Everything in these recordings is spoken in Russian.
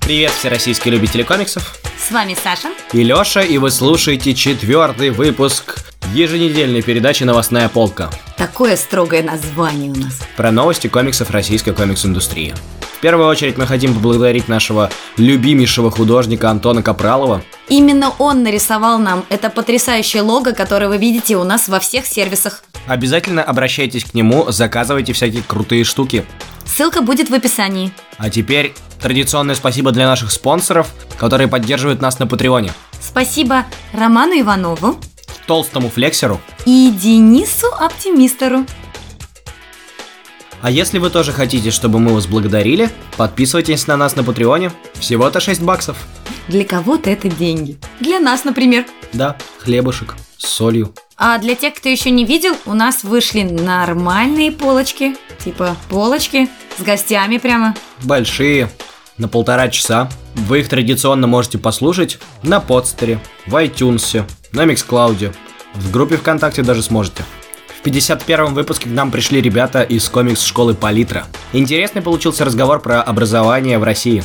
Привет, всероссийские любители комиксов. С вами Саша. И Лёша, и вы слушаете четвертый выпуск еженедельной передачи «Новостная полка» Такое строгое название у нас. про новости комиксов российской комикс-индустрии. В первую очередь мы хотим поблагодарить нашего любимейшего художника Антона Капралова. Именно он нарисовал нам это потрясающее лого, которое вы видите у нас во всех сервисах. Обязательно обращайтесь к нему, заказывайте всякие крутые штуки. Ссылка будет в описании. А теперь традиционное спасибо для наших спонсоров, которые поддерживают нас на Патреоне. Спасибо Роману Иванову Толстому флексеру, и Денису Оптимистеру. А если вы тоже хотите, чтобы мы вас благодарили, подписывайтесь на нас на Патреоне. Всего-то 6 баксов. Для кого-то это деньги. Для нас, например. Да, хлебушек с солью. А для тех, кто еще не видел, у нас вышли нормальные полочки. Типа полочки с гостями прямо. Большие, на полтора часа. Вы их традиционно можете послушать на подстере, в iTunes, на Миксклауде. В группе ВКонтакте даже сможете. В 51-м выпуске к нам пришли ребята из комикс-школы Палитра. Интересный получился разговор про образование в России.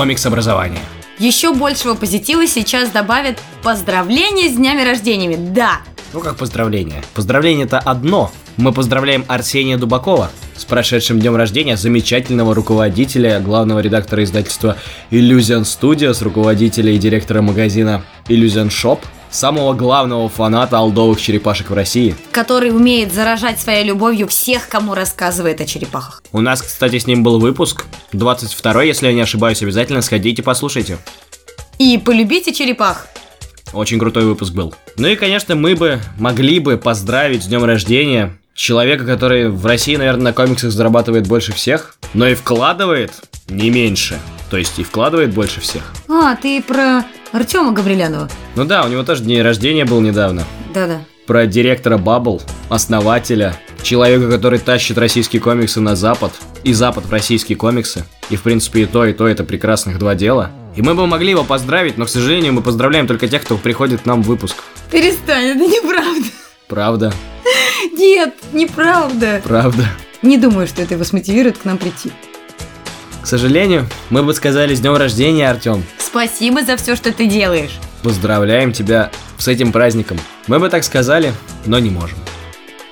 Комикс-образование. Еще большего позитива сейчас добавят поздравления с днями рождениями. Да, Ну как поздравление? Поздравление это одно. Мы поздравляем Арсения Дубакова с прошедшим днем рождения замечательного руководителя, главного редактора издательства Illusion Studios, руководителя и директора магазина Illusion Shop, самого главного фаната алдовых черепашек в России. который умеет заражать своей любовью всех, кому рассказывает о черепахах. У нас, кстати, с ним был выпуск, 22 если я не ошибаюсь, обязательно сходите послушайте. И полюбите черепах. Очень крутой выпуск был. Ну и, конечно, мы бы могли бы поздравить с днем рождения человека, который в России, наверное, на комиксах зарабатывает больше всех, но и вкладывает не меньше. То есть и вкладывает больше всех. А, ты про Артема Гаврилянова. Ну да, у него тоже день рождения был недавно. Да-да. Про директора Баббл, основателя, человека, который тащит российские комиксы на запад, и запад в российские комиксы. И, в принципе, и то, и то это прекрасных два дела. И мы бы могли его поздравить, но, к сожалению, мы поздравляем только тех, кто приходит к нам в выпуск. Перестань, это неправда. Правда, Нет, неправда. правда. Не думаю, что это его смотивирует к нам прийти. К сожалению, мы бы сказали с днем рождения, Артем. Спасибо за все, что ты делаешь. Поздравляем тебя с этим праздником. Мы бы так сказали, но не можем.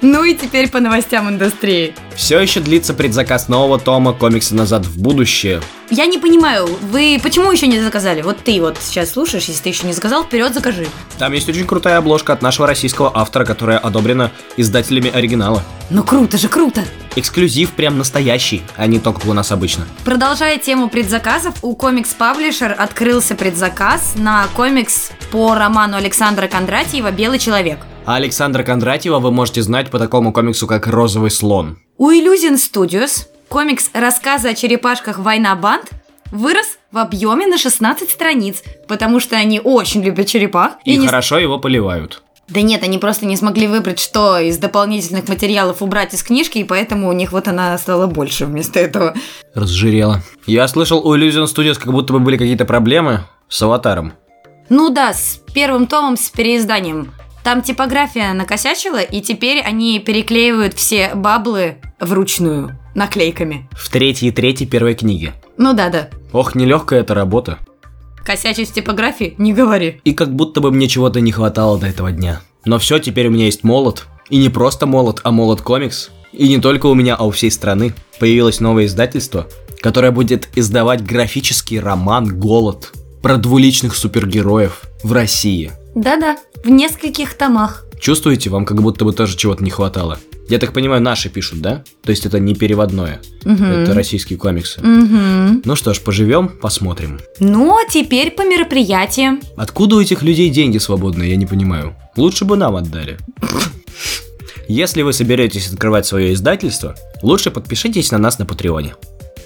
Ну и теперь по новостям индустрии. Все еще длится предзаказ нового тома комикса «Назад в будущее». Я не понимаю, вы почему еще не заказали? Вот ты вот сейчас слушаешь, если ты еще не заказал, вперед закажи. Там есть очень крутая обложка от нашего российского автора, которая одобрена издателями оригинала. Ну круто же, круто! Эксклюзив прям настоящий, а не то, как у нас обычно. Продолжая тему предзаказов, у Comics Publisher открылся предзаказ на комикс по роману Александра Кондратьева «Белый человек». А Александра Кондратьева вы можете знать по такому комиксу, как «Розовый слон». У Illusion Studios комикс «Рассказы о черепашках Война банд» вырос в объеме на 16 страниц, потому что они очень любят черепах. И, не с- хорошо его поливают. Да нет, они просто не смогли выбрать, что из дополнительных материалов убрать из книжки, и поэтому у них вот она стала больше вместо этого. Разжирела. Я слышал, у Illusion Studios как будто бы были какие-то проблемы с аватаром. Ну да, с первым томом, с переизданием. Там типография накосячила, и теперь они переклеивают все баблы вручную, наклейками. В третьей и третьей первой книги. Ну да-да, Ох, нелегкая эта работа. косячить с типографией не говори. И как будто бы мне чего-то не хватало до этого дня. Но все, теперь у меня есть молот. И не просто молот, а молот комикс. И не только у меня, а у всей страны. Появилось новое издательство, которое будет издавать графический роман «Голод» про двуличных супергероев в России. Да-да, в нескольких томах. Чувствуете, вам как будто бы тоже чего-то не хватало? Я так понимаю, наши пишут, да? То есть это не переводное, Мгм. это российские комиксы. Мгм. Ну что ж, поживем, посмотрим. Ну, а теперь по мероприятиям. Откуда у этих людей деньги свободные, я не понимаю. Лучше бы нам отдали. Если вы соберетесь открывать свое издательство, лучше подпишитесь на нас на Патреоне.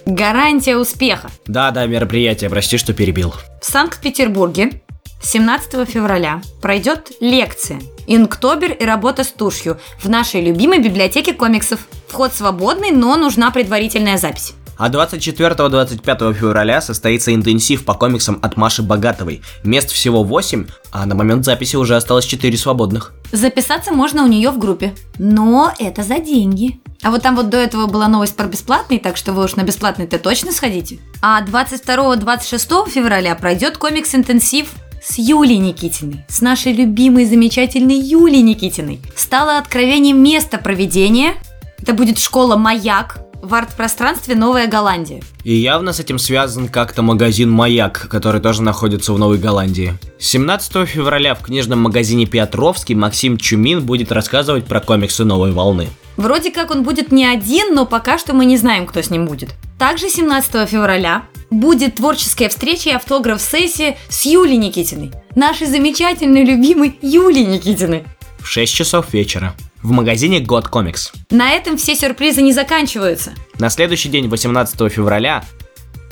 Гарантия успеха. Да-да, мероприятие, прости, что перебил. В Санкт-Петербурге 17 февраля пройдет лекция «Инктобер и работа с тушью» в нашей любимой библиотеке комиксов. Вход свободный, но нужна предварительная запись. А 24-25 февраля состоится интенсив по комиксам от Маши Богатовой. Мест всего 8, а на момент записи уже осталось 4 свободных. Записаться можно у нее в группе, но это за деньги. А вот там вот до этого была новость про бесплатный, так что вы уж на бесплатный-то точно сходите. А 22-26 февраля пройдет комикс-интенсив с Юлей Никитиной, с нашей любимой замечательной Юлей Никитиной. Стало откровением место проведения. Это будет школа «Маяк» в арт-пространстве «Новая Голландия». И явно с этим связан как-то магазин «Маяк», который тоже находится в Новой Голландии. 17 февраля в книжном магазине «Петровский» Максим Чумин будет рассказывать про комиксы «Новой волны». Вроде как он будет не один, но пока что мы не знаем, кто с ним будет. Также 17 февраля будет творческая встреча и автограф-сессия с Юлей Никитиной. Нашей замечательной, любимой Юлей Никитиной. В 6 часов вечера в магазине «Год Комикс». На этом все сюрпризы не заканчиваются. На следующий день, 18 февраля,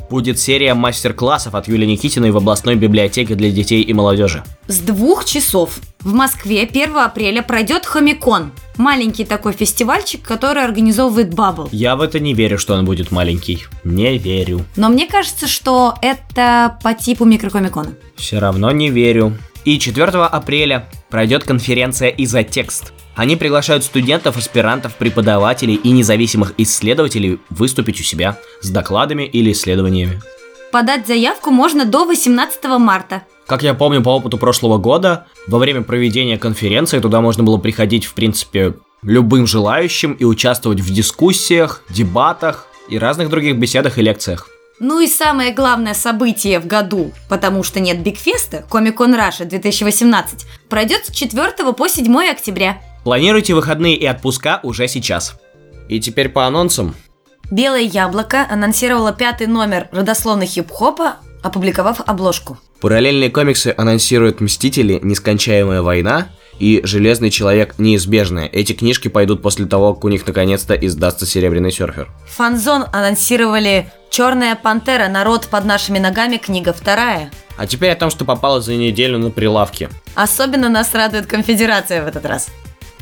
будет серия мастер-классов от Юлии Никитиной в областной библиотеке для детей и молодежи. С двух часов в Москве 1 апреля пройдет Хомикон. Маленький такой фестивальчик, который организовывает Бабл. Я в это не верю, что он будет маленький. Не верю. Но мне кажется, что это по типу микрокомикона. Все равно не верю. И 4 апреля пройдет конференция «Изотекст». Они приглашают студентов, аспирантов, преподавателей и независимых исследователей выступить у себя с докладами или исследованиями. Подать заявку можно до 18 марта. Как я помню по опыту прошлого года, во время проведения конференции туда можно было приходить, в принципе, любым желающим и участвовать в дискуссиях, дебатах и разных других беседах и лекциях. Ну и самое главное событие в году, потому что нет Бигфеста, Комикон Раша 2018, пройдет с 4 по 7 октября. Планируйте выходные и отпуска уже сейчас. И теперь по анонсам. Белое яблоко анонсировало пятый номер родословных хип-хопа, опубликовав обложку. Параллельные комиксы анонсируют «Мстители. Нескончаемая война» и «Железный человек. Неизбежное». Эти книжки пойдут после того, как у них наконец-то издастся «Серебряный серфер». Фанзон анонсировали «Черная пантера. Народ под нашими ногами. Книга вторая». А теперь о том, что попало за неделю на прилавки. Особенно нас радует конфедерация в этот раз.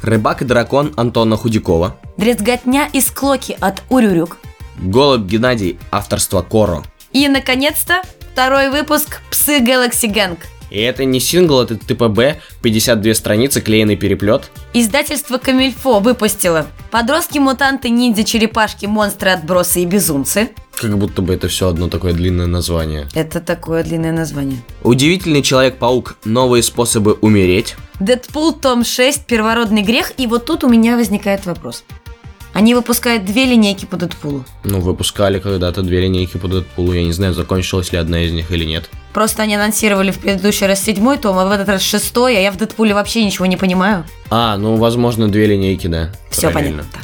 «Рыбак и дракон» Антона Худякова. Дрезготня и склоки от Урюрюк. «Голубь Геннадий» авторства Коро. И, наконец-то, второй выпуск «Псы Galaxy Gang». И это не сингл, это ТПБ, 52 страницы, клееный переплет. Издательство Камильфо выпустило «Подростки-мутанты, ниндзя-черепашки, монстры, отбросы и безумцы». Как будто бы это все одно такое длинное название. Это такое длинное название. Удивительный Человек-паук. Новые способы умереть. Дэдпул, том 6, первородный грех. И вот тут у меня возникает вопрос. Они выпускают две линейки по Дэдпулу. Ну, выпускали когда-то две линейки по Дэдпулу. Я не знаю, закончилась ли одна из них или нет. Просто они анонсировали в предыдущий раз седьмой том, а в этот раз шестой, а я в Дэдпуле вообще ничего не понимаю. А, ну, возможно, две линейки, да. Все Правильно. понятно.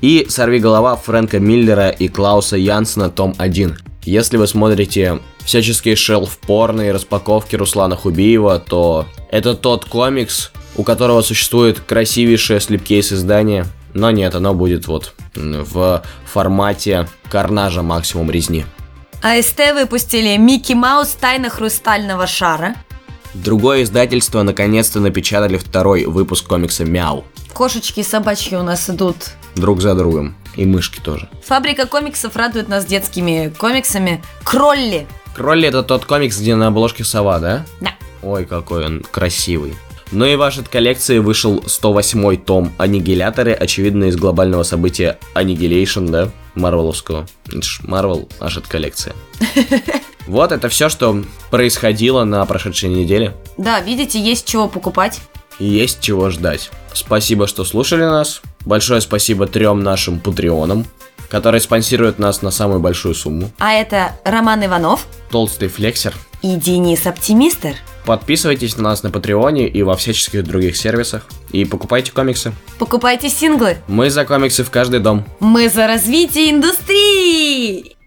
И «Сорви голова» Фрэнка Миллера и Клауса Янсена, том 1. Если вы смотрите всяческие шелф-порно и распаковки Руслана Хубиева, то это тот комикс, у которого существует красивейшее слепкейс издание, но нет, оно будет вот м, в формате карнажа максимум резни. АСТ А выпустили «Микки Маус. Тайна хрустального шара». Другое издательство наконец-то напечатали второй выпуск комикса «Мяу». Кошечки и собачки у нас идут Друг за другом. И мышки тоже. Фабрика комиксов радует нас детскими комиксами. Кролли. Кролли это тот комикс, где на обложке сова, да? Да. Ой, какой он красивый. Ну и в вашей коллекции вышел 108 том «Аннигиляторы», очевидно, из глобального события «Аннигилейшн», да, Марвеловского. Это ж Марвел, аж от коллекции. Вот это все, что происходило на прошедшей неделе. Да, видите, есть чего покупать. И есть чего ждать. Спасибо, что слушали нас. Большое спасибо трем нашим патреонам, которые спонсируют нас на самую большую сумму. А это Роман Иванов Толстый флексер. и Денис Оптимистер. Подписывайтесь на нас на Патреоне и во всяческих других сервисах. И покупайте комиксы. Покупайте синглы. Мы за комиксы в каждый дом. Мы за развитие индустрии!